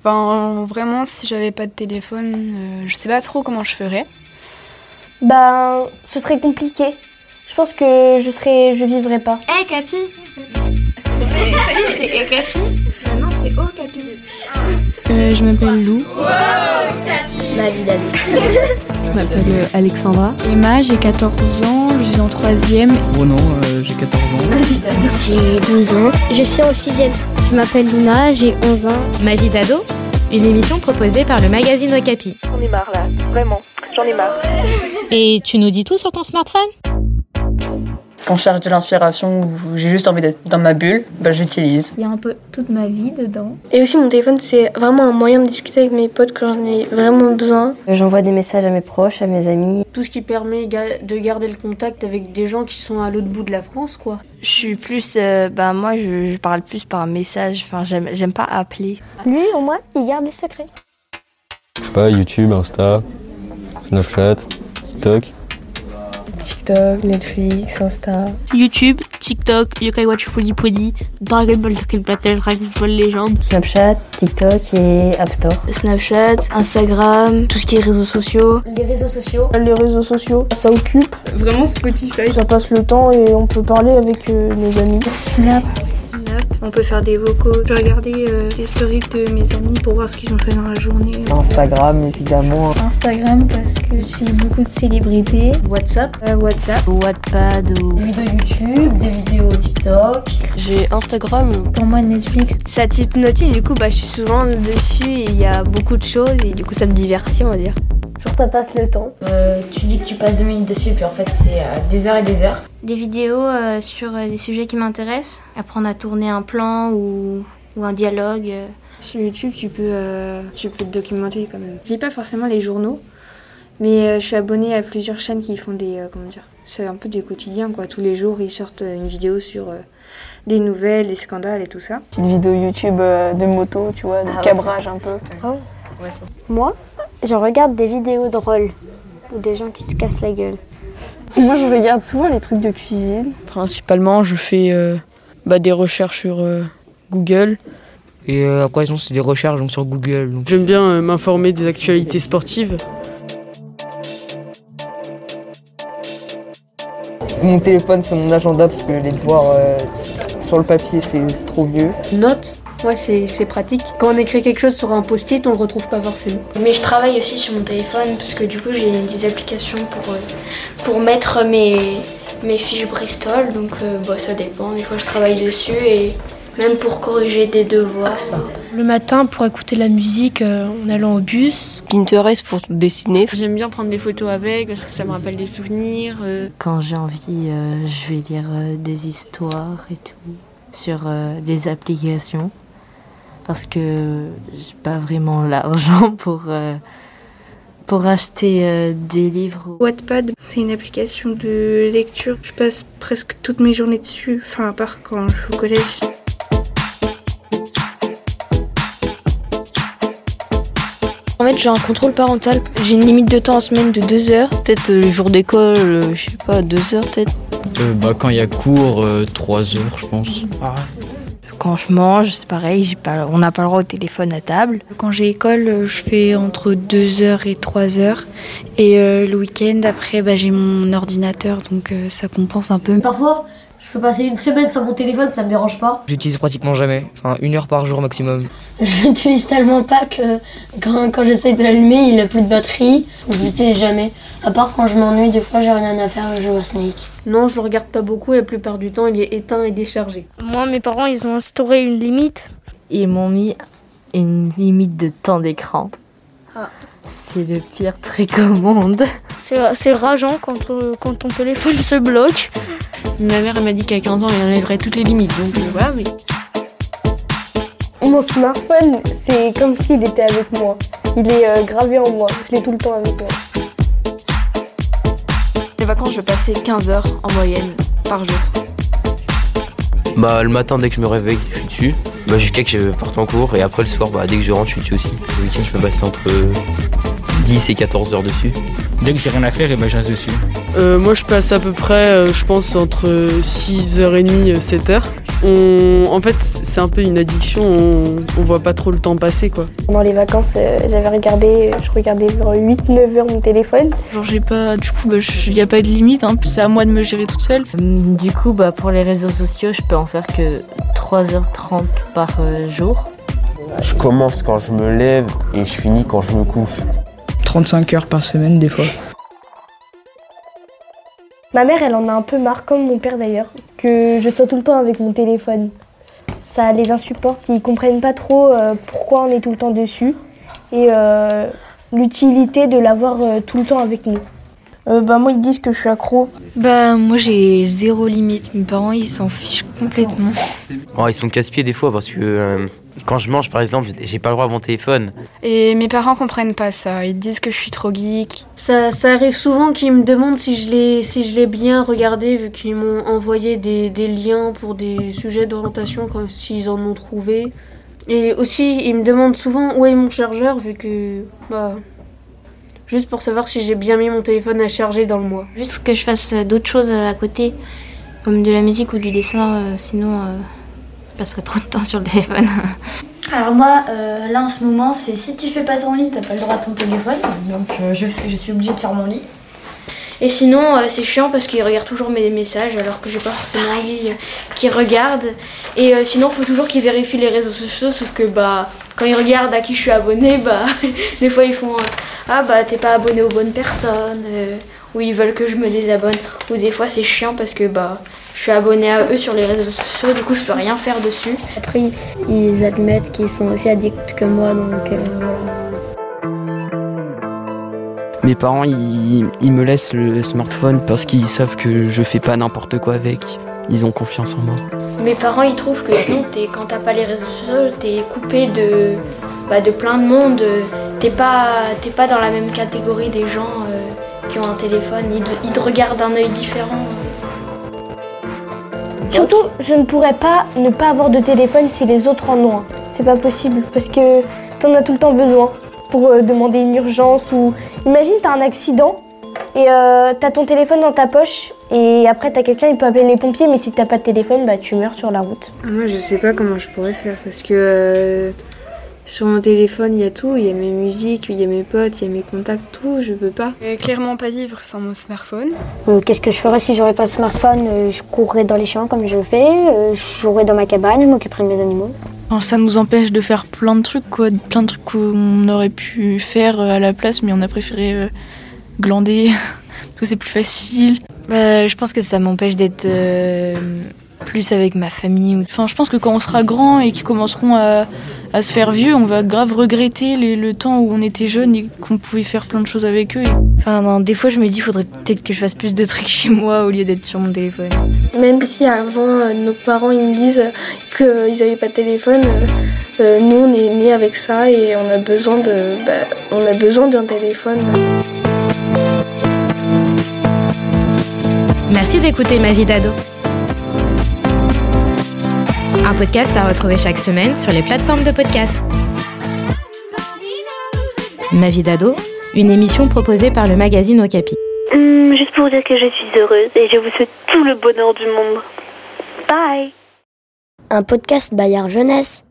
Enfin, vraiment, si j'avais pas de téléphone, euh, je sais pas trop comment je ferais. Ben, ce serait compliqué. Je pense que je serais, je vivrais pas. Eh, Capi Si, c'est eh, Capi Bah non, c'est oh, Capi. Euh, je m'appelle Lou. Ma vie d'adulte. Je m'appelle Alexandra. Emma, j'ai 14 ans, je suis en 3ème. Ronan, euh, j'ai 14 ans. J'ai 12 ans. Je suis en 6 Je m'appelle Luna, j'ai 11 ans. Ma vie d'ado, une émission proposée par le magazine Okapi. J'en ai marre là, vraiment, j'en ai marre. Et tu nous dis tout sur ton smartphone Quand je cherche de l'inspiration ou j'ai juste envie d'être dans ma bulle, bah, j'utilise. Il y a un peu toute ma vie dedans. Et aussi, mon téléphone, c'est vraiment un moyen de discuter avec mes potes quand j'en ai vraiment besoin. J'envoie des messages à mes proches, à mes amis. Tout ce qui permet ga- de garder le contact avec des gens qui sont à l'autre bout de la France, quoi. Je suis plus. euh, bah, moi, je, je parle plus par message. Enfin, j'aime j'aime pas appeler. Lui, au moins, il garde les secrets. Je sais pas, YouTube, Insta, Snapchat, TikTok. TikTok, Netflix, Insta. YouTube, TikTok, Yokai Watch Pony Pony, Dragon Ball Dragon Battle, Dragon Ball Legend, Snapchat, TikTok et App Store. Snapchat, Instagram, tout ce qui est réseaux sociaux. Les réseaux sociaux. Les réseaux sociaux, ça occupe, Vraiment Spotify. ça passe le temps et on peut parler avec euh, nos amis. Snap. On peut faire des vocaux. Je peux regarder euh, l'historique de mes amis pour voir ce qu'ils ont fait dans la journée. Ah, Instagram, évidemment. Instagram parce que je suis beaucoup de célébrités. WhatsApp WhatsApp. Wattpad ou. Des vidéos YouTube, des vidéos TikTok. J'ai Instagram. Pour moi, Netflix. Ça t'hypnotise, du coup, bah, je suis souvent dessus et il y a beaucoup de choses et du coup, ça me divertit, on va dire. Genre, ça passe le temps. Euh, tu dis que tu passes deux minutes dessus, puis en fait, c'est euh, des heures et des heures. Des vidéos euh, sur euh, des sujets qui m'intéressent. Apprendre à tourner un plan ou, ou un dialogue. euh. Sur YouTube, tu peux, euh, tu peux te documenter quand même. Je lis pas forcément les journaux, mais euh, je suis abonnée à plusieurs chaînes qui font des. euh, comment dire C'est un peu des quotidiens, quoi. Tous les jours, ils sortent euh, une vidéo sur euh, des nouvelles, des scandales et tout ça. Petite vidéo YouTube euh, de moto, tu vois, de Ah ouais. cabrage un peu. Moi, je regarde des vidéos drôles ou des gens qui se cassent la gueule. Moi, je regarde souvent les trucs de cuisine. Principalement, je fais euh, bah, des recherches sur euh, Google. Et euh, après, sinon, c'est des recherches donc, sur Google. donc. J'aime bien euh, m'informer des actualités sportives. Mon téléphone, c'est mon agenda parce que les devoirs euh, sur le papier, c'est c'est trop vieux. Note, ouais, c'est c'est pratique. Quand on écrit quelque chose sur un post-it, on le retrouve pas forcément. Mais je travaille aussi sur mon téléphone parce que du coup j'ai des applications pour, euh, pour mettre mes, mes fiches Bristol. Donc euh, bah, ça dépend. Des fois je travaille dessus et même pour corriger des devoirs. Le matin, pour écouter de la musique euh, en allant au bus. Pinterest pour dessiner. J'aime bien prendre des photos avec parce que ça me rappelle des souvenirs. euh. Quand j'ai envie, euh, je vais lire euh, des histoires et tout sur euh, des applications parce que j'ai pas vraiment l'argent pour euh, pour acheter euh, des livres. Wattpad, c'est une application de lecture. Je passe presque toutes mes journées dessus, enfin à part quand je suis au collège. En fait, j'ai un contrôle parental. J'ai une limite de temps en semaine de 2 heures. Peut-être euh, les jours d'école, euh, je sais pas, deux heures peut-être. Euh, bah, quand il y a cours, 3 heures, je pense. Quand je mange, c'est pareil, j'ai pas, on n'a pas le droit au téléphone à table. Quand j'ai école, euh, je fais entre 2 heures et 3 heures. Et euh, le week-end, après, bah, j'ai mon ordinateur, donc euh, ça compense un peu. Parfois, je peux passer une semaine sans mon téléphone, ça me dérange pas. J'utilise pratiquement jamais, enfin une heure par jour maximum. Je l'utilise tellement pas que quand, quand j'essaye de l'allumer, il a plus de batterie. Je l'utilise jamais. À part quand je m'ennuie, des fois j'ai rien à faire et je joue à Snake. Non, je le regarde pas beaucoup et la plupart du temps, il est éteint et déchargé. Moi, mes parents, ils ont instauré une limite. Ils m'ont mis une limite de temps d'écran. C'est le pire truc au monde. C'est c'est rageant quand, euh, quand ton téléphone se bloque. Ma mère elle m'a dit qu'à 15 ans, elle enlèverait toutes les limites, donc euh, voilà, mais Mon smartphone, c'est comme s'il était avec moi. Il est euh, gravé en moi. Je l'ai tout le temps avec moi. Les vacances, je passais 15 heures en moyenne par jour. Bah le matin dès que je me réveille, je suis dessus. Bah jusqu'à que je parte en cours et après le soir, bah dès que je rentre, je suis dessus aussi. Le week-end, je peux passer entre 10 et 14 heures dessus. Dès que j'ai rien à faire, et ben, je reste dessus. euh, moi, je passe à peu près, euh, je pense, entre 6h30 et 7h. On... En fait, c'est un peu une addiction, on... on voit pas trop le temps passer quoi. Pendant les vacances, euh, j'avais regardé, je regardais vers 8-9 heures mon téléphone. Genre j'ai pas, du coup, bah, il n'y a pas de limite, hein, c'est à moi de me gérer toute seule. Hum, Du coup, bah, pour les réseaux sociaux, je peux en faire que 3h30 par euh, jour. Je commence quand je me lève et je finis quand je me couche. 35 heures par semaine des fois. Ma mère, elle en a un peu marre, comme mon père d'ailleurs, que je sois tout le temps avec mon téléphone. Ça les insupporte, ils comprennent pas trop euh, pourquoi on est tout le temps dessus et euh, l'utilité de l'avoir euh, tout le temps avec nous. bah moi ils disent que je suis accro. Bah moi j'ai zéro limite, mes parents ils s'en fichent complètement. Oh, ils sont casse-pieds des fois parce que euh, quand je mange par exemple, j'ai pas le droit à mon téléphone. Et mes parents comprennent pas ça, ils disent que je suis trop geek. Ça, ça arrive souvent qu'ils me demandent si je l'ai si je l'ai bien regardé vu qu'ils m'ont envoyé des, des liens pour des sujets d'orientation comme s'ils en ont trouvé. Et aussi ils me demandent souvent où est mon chargeur vu que bah juste pour savoir si j'ai bien mis mon téléphone à charger dans le mois. Juste que je fasse euh, d'autres choses euh, à côté, comme de la musique ou du dessin, euh, sinon euh, je passerai trop de temps sur le téléphone. Alors moi, euh, là en ce moment, c'est si tu fais pas ton lit, t'as pas le droit à ton téléphone. Donc euh, je, fais- je suis obligée de faire mon lit. Et sinon, euh, c'est chiant parce qu'ils regardent toujours mes messages alors que j'ai pas Ah, forcément envie euh, qu'ils regardent. Et euh, sinon, faut toujours qu'ils vérifient les réseaux sociaux, sauf que bah, quand ils regardent à qui je suis abonné, bah, des fois ils font euh, Ah bah, t'es pas abonné aux bonnes personnes, euh, ou ils veulent que je me désabonne. Ou des fois, c'est chiant parce que bah, je suis abonné à eux sur les réseaux sociaux, du coup, je peux rien faire dessus. Après, ils admettent qu'ils sont aussi addicts que moi, donc euh, Mes parents, ils, ils me laissent le smartphone parce qu'ils savent que je fais pas n'importe quoi avec. Ils ont confiance en moi. Mes parents, ils trouvent que sinon, t'es- quand t'as pas les réseaux sociaux, t'es coupé de, bah, de plein de monde. euh, T'es pas, t'es pas dans la même catégorie des gens euh, qui ont un téléphone. Ils, te- ils te regardent d'un œil différent. Surtout, je ne pourrais pas ne pas avoir de téléphone si les autres en ont un. C'est pas possible parce que t'en as tout le temps besoin pour euh, demander une urgence ou. Imagine, t'as un accident et euh, t'as ton téléphone dans ta poche et après t'as quelqu'un, il peut appeler les pompiers, mais si t'as pas de téléphone, bah tu meurs sur la route. Ah, Moi, je sais pas comment je pourrais faire parce que euh, sur mon téléphone, il y a tout. Il y a mes musiques, il y a mes potes, il y a mes contacts, tout. Je peux pas. Euh, clairement pas vivre sans mon smartphone. Euh, Qu'est-ce que je ferais si j'aurais pas de smartphone Euh, Je courrais dans les champs comme je fais, euh, je jouerais dans ma cabane, je m'occuperais de mes animaux. Alors, ça nous empêche de faire plein de trucs, quoi. Plein de trucs qu'on aurait pu faire euh, à la place, mais on a préféré euh, glander, parce que c'est plus facile. Bah, je pense que ça m'empêche d'être euh, plus avec ma famille. ou- Enfin, je pense que quand on sera grand et qu'ils commenceront à, à se faire vieux, on va grave regretter les- le temps où on était jeune et qu'on pouvait faire plein de choses avec eux. Enfin, non, des fois, je me dis, faudrait peut-être que je fasse plus de trucs chez moi au lieu d'être sur mon téléphone. Même si avant euh, nos parents ils me disent qu'ils n'avaient pas de téléphone, euh, euh, nous on est nés avec ça et on a besoin de, bah, on a besoin d'un téléphone. Merci d'écouter Ma vie d'ado. Un podcast à retrouver chaque semaine sur les plateformes de podcast. Ma vie d'ado, une émission proposée par le magazine Okapi. Hum, juste pour vous dire que je suis heureuse et je vous souhaite tout le bonheur du monde. Bye Un podcast Bayard Jeunesse.